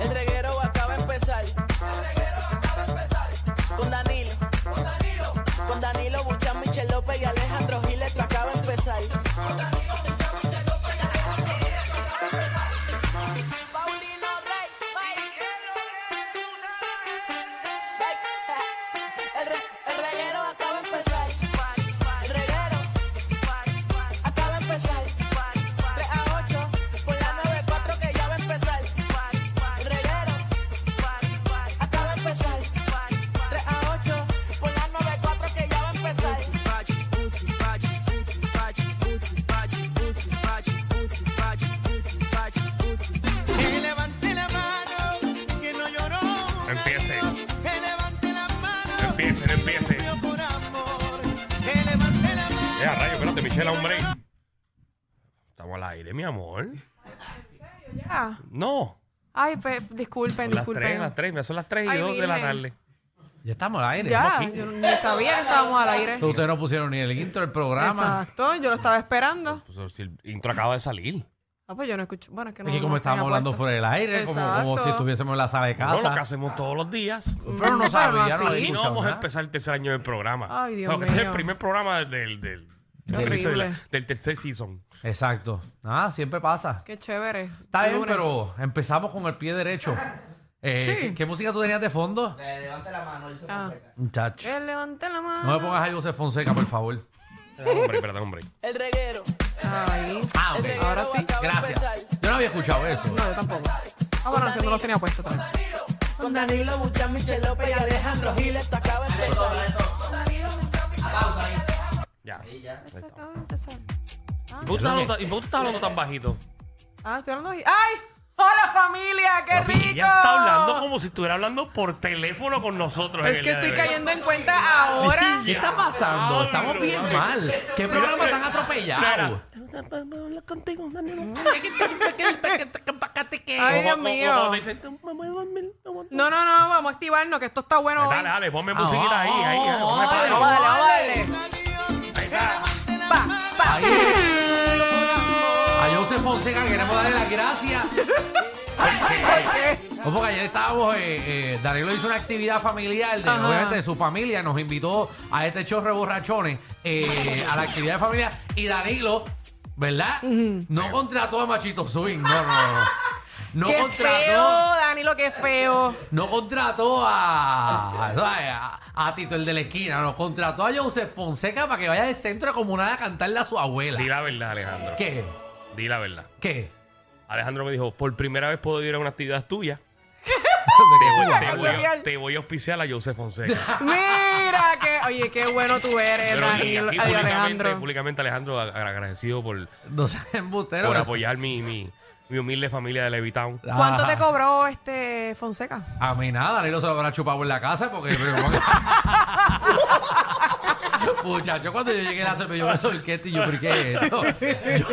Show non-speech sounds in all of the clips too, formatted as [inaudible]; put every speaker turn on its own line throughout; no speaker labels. El reguero acaba de empezar. Con Danilo. Con Danilo Buchan, Michel López y Alejandro Giles, esto acaba de empezar. Paulino Rey, El, re- el reguero acaba de empezar. El reguero acaba de empezar. 3 a 8 por la 94 que ya va a empezar. El reguero acaba de empezar. 3 a 8 por la 94 que ya va a empezar. Que levante la mano, que no lloró.
No empiece,
Que levante la mano.
no empiece, no empiece.
por amor. Que levante la mano.
Ya, rayo, espérate, Michelle, hombre. Estamos al aire, mi amor.
Ah,
No,
Ay, pues disculpen,
son las 3,
disculpen.
las 3, ya son las 3 y
Ay,
2 de la
virgen.
tarde.
Ya estamos al aire.
Ya, yo ni sabía que estábamos al aire.
Pero Ustedes no pusieron ni el intro del programa.
Exacto, yo lo estaba esperando.
Pues, si el intro acaba de salir.
Ah, pues yo no escucho. Bueno, es que no.
Es que como
no
estábamos
tenía
hablando
puesto.
fuera del aire, como, como
pues, Exacto.
si estuviésemos en la sala de
Bueno, lo que
casa.
hacemos todos los días.
[laughs]
Pero no sabía, ya
así.
no había
Si no,
escuchado
vamos a
nada.
empezar el tercer año del programa.
Ay, Dios
O sea, que Este es el
mío.
primer programa del, del,
Qué
del-
horrible.
del- del tercer season.
Exacto. Nada, siempre pasa.
Qué chévere.
Está bien,
Lunes.
pero empezamos con el pie derecho. Eh,
Sí.
¿qué, qué música tú tenías de fondo?
Ah.
Muchacho.
Que levante la
No
mano.
me pongas a José Fonseca, por favor.
Ah, hombre, espérate, hombre.
El reguero.
Ahí.
Ah,
El
ok.
reguero
Ahora sí.
acaba de empezar.
Gracias. Yo no había escuchado eso.
No, yo tampoco. Ah, bueno, es que no los tenía puestos también.
Con Danilo Buchan, Michel López y Alejandro Giles, esto acaba de empezar.
Ya. Ahí estamos.
Acaba de empezar.
¿Y por qué tú estás hablando tan- y por qué tú estás hablando tan bajito?
Ah, estoy hablando. ahí. ¡Ay! ¡Hola, familia! ¡Qué rico!
Ella está hablando como si estuviera hablando por teléfono con nosotros. en
Es
el
que
día de
estoy
hoy.
cayendo en
[laughs]
cuenta ahora.
¿Qué está pasando? Estamos bien mal. ¿Qué programa tan atropellado?
contigo,
Ay, Dios mío. No, no, no, vamos a activarnos, que esto está bueno hoy.
Dale, dale, ponme musiquita ahí, ahí,
Ah,
ahí, ponme
dale,
pa-
Vamos a darle, vamos a darle.
Ahí. A Joseph Fonseca queremos darle las gracias. No, porque ayer estábamos, eh, eh, Danilo hizo una actividad familiar de,
Ajá.
obviamente, de su familia, nos invitó a este chorro de borrachones eh, a la actividad de familia y Danilo, ¿verdad? No contrató a Machito Swing, no, no, no. No,
¡Qué
contrató,
feo, Danilo, qué feo!
no contrató a, a, a Tito, el de la esquina, no, contrató a Joseph Fonseca para que vaya del centro comunal a cantarle a su abuela.
Di la verdad, Alejandro.
¿Qué?
Di la verdad.
¿Qué?
Alejandro me dijo, por primera vez puedo ir a una actividad tuya. Te
¿De
voy,
qué tú
te
hablas?
voy a, te voy a auspiciar a Joseph Fonseca.
Mira que, oye, [laughs] qué bueno tú eres,
Pero aquí,
Danilo.
aquí
Ay,
públicamente,
Alejandro.
públicamente, Alejandro, ag- agradecido por,
No seas embustero.
por apoyar mi, mi, mi humilde familia de Levitown.
Ajá.
¿Cuánto te cobró este Fonseca?
A mí nada, Danilo se lo habrá chupado en la casa porque...
[laughs]
Muchacho, cuando yo llegué a la cerveza, yo me solquete y yo, ¿por qué es esto?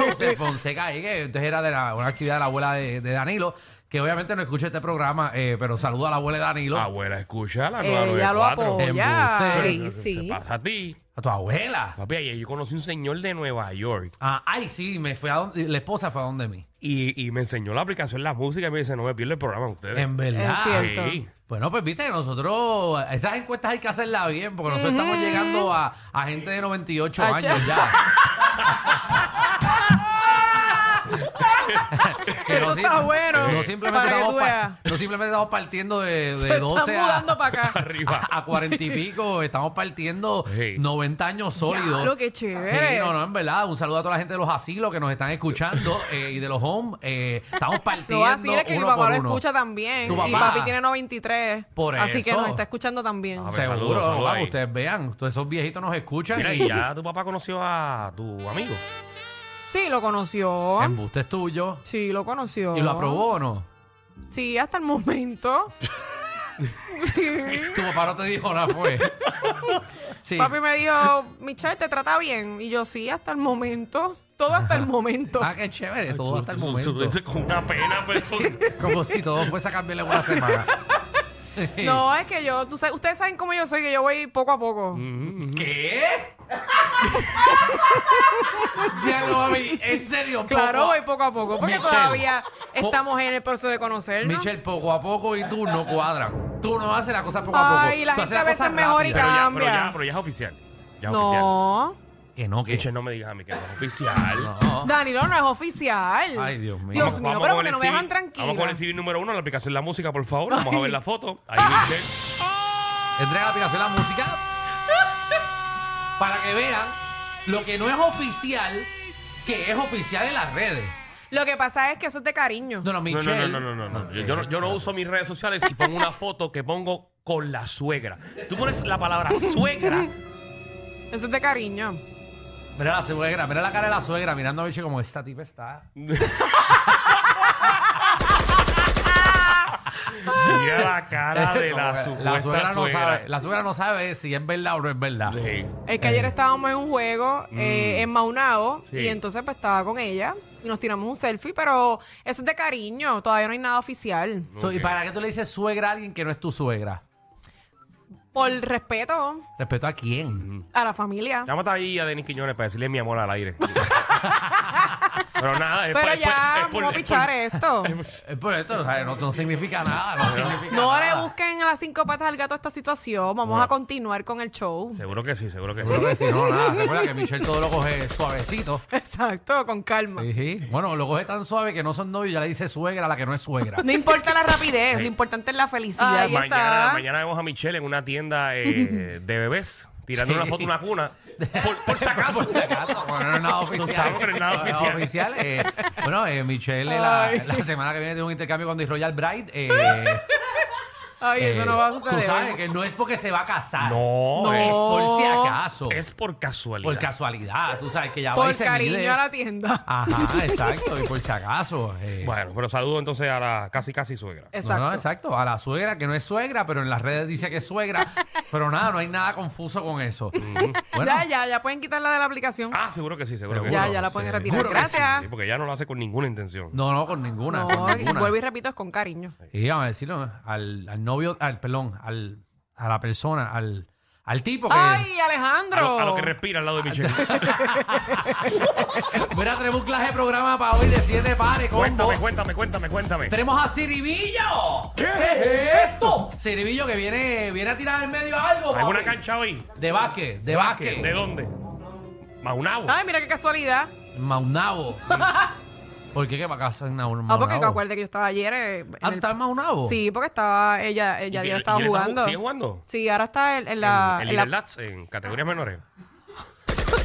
Yo, se Fonseca ahí, que entonces era de la- una actividad de la abuela de, de Danilo, que obviamente no escucha este programa, eh, pero saludo a la abuela de Danilo.
Abuela, escucha la
Eh, ya lo
994.
apoya. Sí,
Embuste.
Se
sí.
pasa a ti.
A tu abuela.
Papi, ayer yo conocí un señor de Nueva York
Ah, ay, sí, me fue a donde, la esposa fue a donde mí.
y, y me enseñó la aplicación, la música, y me dice, no me pierdo el programa de ustedes.
En verdad.
Es cierto.
Sí.
Bueno, pues viste que nosotros, esas encuestas hay que hacerlas bien, porque nosotros estamos llegando a, a gente de 98
Ah,
años ya.
[laughs]
Que
Eso
sim-
está bueno.
No simplemente,
Para que
estamos
tú
pa-
veas.
no simplemente estamos partiendo
[laughs]
de,
Se
de
está
12
mudando
a,
para
[laughs]
acá.
Arriba.
[laughs] a 40 y pico, estamos partiendo
Sí.
90 años sólidos.
Lo que chévere.
Sí, no, no, en verdad. Un saludo a toda la gente de los asilos que nos
[laughs]
están escuchando eh, y de los home. eh, estamos
Lo
partiendo
voy a decir es que mi
uno
papá
por
lo
uno.
escucha también.
Tu
Y
papá.
papi tiene 93.
Por
así que
eso.
nos está escuchando también.
A ver,
ah, Seguro,
saludos, saludos
papá,
ahí.
ustedes vean. Todos esos viejitos nos escuchan.
Mira,
y
y
[laughs]
ya tu papá conoció a tu amigo.
Sí, lo conoció.
Embuste es tuyo.
Sí, lo conoció.
Em- ¿Y lo aprobó o no?
Sí, hasta el
[laughs]
momento. sí.
Tu papá no te dijo nada, fue. Sí.
Papi me dijo, Michelle, ¿te trata bien? Y yo, sí, hasta el momento. Todo hasta el
[laughs]
momento.
Ah, qué chévere, todo hasta el
Tú- tú- tú-
momento.
Tú dices con una pena, pero
[laughs]
eso-
Como si todo fuese a cambiarle una semana.
No, es que yo, tú sabes- ustedes saben cómo yo soy, que yo voy poco a poco.
Mm. ¿Qué? [laughs] ya lo mami, en serio, poco
Claro,
a-
voy poco a poco, porque
Michelle,
todavía
po-
estamos en el proceso de conocernos.
Michelle, poco a poco y tú no cuadran. Tú no haces las cosas poco a poco.
Ay, la
Tú haces
gente a
las cosas
veces mejor y
pero,
rápidas.
ya, pero, ya,
Cambia.
pero ya es oficial. Ya es oficial.
no,
Que no, que
Michelle, no me digas a mí que no es oficial.
no.
Danilo no es oficial.
Ay, Dios mío.
Dios mío, pero porque no me
recibir-
dejan tranquila.
Vamos con el civil número uno, la aplicación La Música, por favor. Vamos a ver la foto. Ahí,
Ah,
Michelle.
Entrega la aplicación de la música para que vean lo que no es oficial, que es oficial en las redes.
Lo que pasa es que eso es de cariño.
No, no,
No,
Michelle.
no, no, no, no, no, no. Yo, yo no, yo no uso mis redes sociales y pongo una foto que pongo con la suegra. Tú pones la palabra
[laughs]
suegra.
Eso es de cariño.
Mira la suegra, mira la cara de la suegra mirando a Michelle como esta tipa está.
Mira la cara de
[laughs] Como
la
que
supuesta
suegra no sabe, la suegra no sabe si es verdad o no es verdad.
Sí.
Es que
Eh.
ayer estábamos en un juego
Mm.
eh, en Maunao
Sí.
y entonces pues estaba con ella y nos tiramos un selfie, pero eso es de cariño, todavía no hay nada oficial.
So, ¿Y
Ok.
para qué tú le dices suegra a alguien que no es tu suegra?
Por respeto
¿Respeto a quién?
a la familia.
Llámate ahí a Denis Quiñones para decirle mi amor al
[laughs]
aire. Pero nada,
pues,
es por-
Pero
es por- es
ya,
por-
vamos a
es por-
pichar
[laughs]
esto.
Eh, Por esto, o sea, no, no significa nada. No, significa
No le
nada.
busquen a las cinco patas al gato esta situación. Vamos a continuar con el show.
Seguro que sí, seguro que sí.
Seguro que sí, no, nada. Recuerda que Michelle todo lo coge suavecito.
[laughs] Exacto, con calma.
Sí, sí. Bueno, lo coge tan suave que no son novios, ya le dice suegra a la que no es suegra.
No importa la rapidez, lo importante es la felicidad.
mañana, mañana vemos a Michelle en una tienda
[laughs]
eh, de bebés tirando
Sí.
una foto a una cuna. Por, por si acaso.
Por si [laughs] acaso, porque no es nada oficial.
sabemos que no es nada
No es
oficial.
oficial. Eh, bueno, eh, Michelle, eh, la,
Ay.
la semana que viene tiene un intercambio con The Royal Bride.
[laughs]
eh,
Ay, eso
eh,
no va a
Tú sabes
suceder.
que no es porque se va a casar.
No,
No.
Es
Es,
por si acaso.
es por casualidad.
por casualidad. Tú sabes que ya va y
Por
se mide.
cariño a la tienda.
Ajá, exacto. Y por si acaso. eh.
Bueno, pero saludo entonces a la casi casi suegra.
No,
[laughs]
no,
Exacto.
exacto. A la suegra, que no es suegra, pero en las redes dice que
[laughs]
es suegra. pero nada, no hay nada confuso con eso. Bueno,
Mm. Ya, ya, ya pueden quitarla de la aplicación.
Ah, seguro que sí, seguro que
Seguro.
ya,
sí.
ya la pueden
seguro
retirar.
que
Gracias.
Sí, porque ya no lo hace con ninguna intención.
No, no, con ninguna.
No,
con
y
ninguna. Eh,
vuelvo y repito, es con cariño.
Y vamos a decirlo al, al novio, al pelón, al, a la persona, al, al tipo que.
¡Ay,
A
Alejandro!
lo, a lo que respira al lado de
[laughs]
Michelle.
[laughs] Mira, tenemos un clase de programa para hoy de siete pares, combo.
cuéntame, cuéntame, cuéntame, cuéntame.
Tenemos a Ciribillo. ¿Qué es esto? Ciribillo que viene, viene a tirar en medio algo. papi.
¿Alguna cancha hoy?
De básquet, de básquet.
¿De dónde? Maunagua.
Ay, mira qué casualidad.
Maunabo. ¿Por qué que va a casa en Maunabo?
Ah, porque acuérdate que yo estaba ayer. eh, en
Ah, ¿tú
el-
estás en Maunabo?
Sí, porque estaba. Ella,
Oh. ¿Y que-
ella, ayer
y
estaba
él está
jugando.
ju- ¿Sigue jugando?
Sí, ahora está en, en la.
en,
en
en
la-
Líder Lats, en categorías menores.
No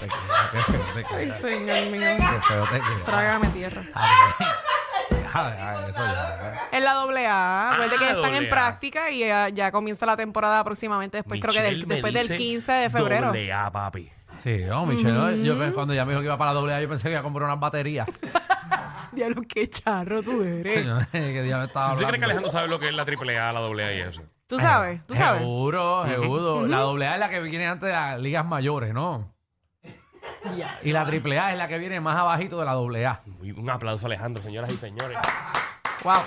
te creas, qué feo te
Ay,
quedas,
señor mío.
qué feo te quedas.
Trágame tierra.
Ah, [laughs] ah, ah, eso ya.
En la doble A. Acuérdate que
Ah,
ya están
doble
en
A.
práctica y ya, ya comienza la temporada próximamente. Después Pues creo que del-
Michelle me
después del
dice
15 de febrero.
Doble A, papi.
Sí, no, Michelle, yo cuando ya me dijo que iba para la doble A, yo pensé que iba a comprar unas baterías.
Diablo, qué charro
[laughs]
tú eres.
[laughs] que ya me estaba
¿Tú crees que
hablando.
Alejandro sabe lo que es la triple A, la doble A y eso?
Tú sabes, tú sabes.
Seguro, seguro. La doble A es la que viene antes de las ligas mayores, ¿no? Y la triple A es la que viene más abajito de la doble A.
Muy- Un aplauso, Alejandro, señoras y señores.
Wow.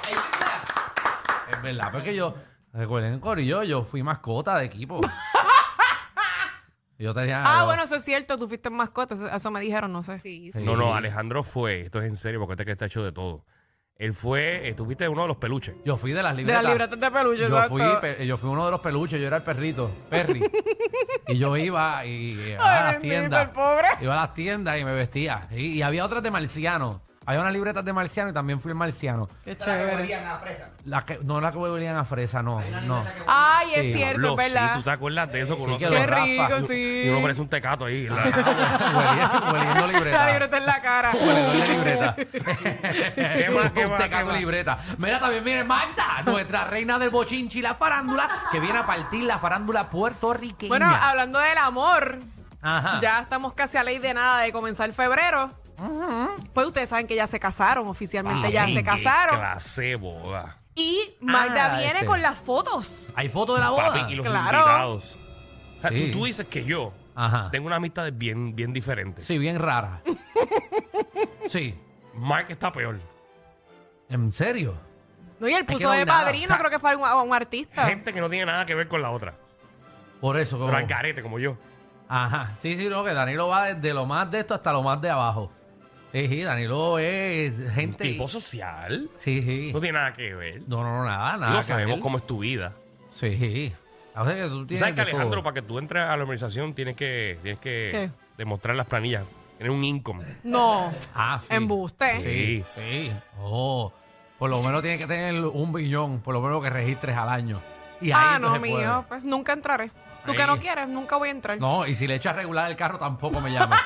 Es verdad, porque yo, recuerden, Corillo, yo fui mascota
[laughs]
de equipo. yo tenía.
Ah, bueno, eso es cierto. Tú fuiste mascota. Eso, eso me dijeron, no sé.
Sí.
No, no, Alejandro fue, esto es en serio, porque este que está hecho de todo. Él fue, eh, tú fuiste uno de los peluches.
Yo fui de las
De
libretas.
las libretas de peluche,
Yo
exacto.
fui, pe- yo fui uno de los peluches, yo era el perrito, Perry.
[laughs]
y yo iba y eh,
Ay,
a las
bendito,
tiendas.
el pobre.
Iba a las tiendas y me vestía. Y, y había otras de marciano. Había unas libretas de marciano y también fui el marciano.
Qué chévere.
Las que, no las que huelían a fresa, no. no.
Ay,
Sí,
es cierto, es
Habló, sí,
verdad.
¿Tú te acuerdas de eso? Que uno
que
se-
lo
Qué
raspa.
rico,
Y uno
sí.
parece un tecato ahí.
Huelía-
[laughs]
Hueliendo
La
libreta.
libreta en la cara.
Hueledor de libreta.
[laughs]
[laughs]
¿Qué más, qué
Un
más,
tecato
qué más?
libreta. Mira, también viene Magda, nuestra reina del bochinchi, la farándula, que viene a partir la farándula puertorriqueña.
Bueno, hablando del amor,
Ajá.
ya estamos casi a ley de nada de comenzar febrero. Pues ustedes saben que ya se casaron
Ah,
oficialmente, ya
Ay,
se
qué
casaron.
clase de boda.
Y Magda
Ah,
viene
este.
con las fotos.
Hay fotos de la boda.
Papi, y los
Claro.
invitados. O sea,
Sí. Ah.
tú, tú dices que yo
Ajá.
tengo una amistad bien, bien diferente.
Sí,
[laughs]
bien rara. sí.
Mark está peor.
¿En serio?
No, y él
que
puso
no vi
de
nada.
padrino,
Está-
creo que fue a un, a un artista.
Gente que no tiene nada que ver con la otra.
Por eso. como-
Pero al carete, como yo.
Ajá. Sí, sí, no, que Danilo va desde lo más de esto hasta lo más de abajo. Sí, sí, Danilo es gente...
Tipo social.
Sí, sí.
No tiene nada que ver.
No, no, no, nada, nada.
No
que
sabemos
ver.
cómo es tu vida.
Sí. A ver, que tú tienes
¿Sabes que
de todo.
Alejandro, para que tú entres a la organización tienes que, tienes que
¿Qué?
demostrar las planillas? Tienes un income.
No,
Ah, sí.
embuste.
Sí, sí. Oh, por lo menos tienes que tener un billón, por lo menos que registres al año. Y ahí
Ah, no,
entonces puedes.
mío, pues nunca entraré. Tú
Ahí.
que no quieres, nunca voy a entrar.
No, y si le echas regular el carro tampoco me llames.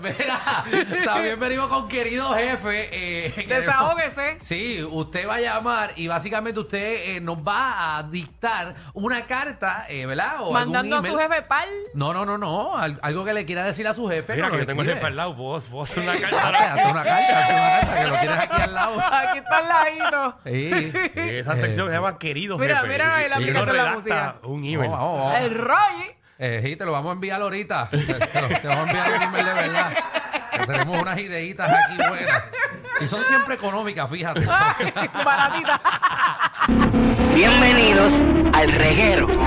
Mira, también venimos con querido jefe. eh, que-
Desahógese.
Sí, usted va a llamar y básicamente usted eh, nos va a dictar una carta, eh, ¿verdad? O algún
Mandando a su
email.
jefe pal. [laughs]
No, no, no, no. al- Algo que le quiera decir a su jefe.
Mira
no
que
lo
yo tengo el
escribe.
jefe al lado. Puedo, puedo hacer una carta.
[laughs]
Date, date una carta, date una carta, que lo tienes aquí al lado.
Aquí está al ladito.
Sí.
Eh, Esa sección se llama Querido
Mira,
Jefe.
mira ahí la
Y uno
aplicación de la
redacta Un email.
Vamos, vamos, vamos.
El Roy. [laughs]
Eh, sí, te lo vamos a enviar ahorita. [laughs] Te, te lo, te vamos a enviar un email de verdad. Que tenemos unas ideitas aquí buenas. Y son siempre económicas, fíjate.
Baratita.
Bienvenidos al reguero.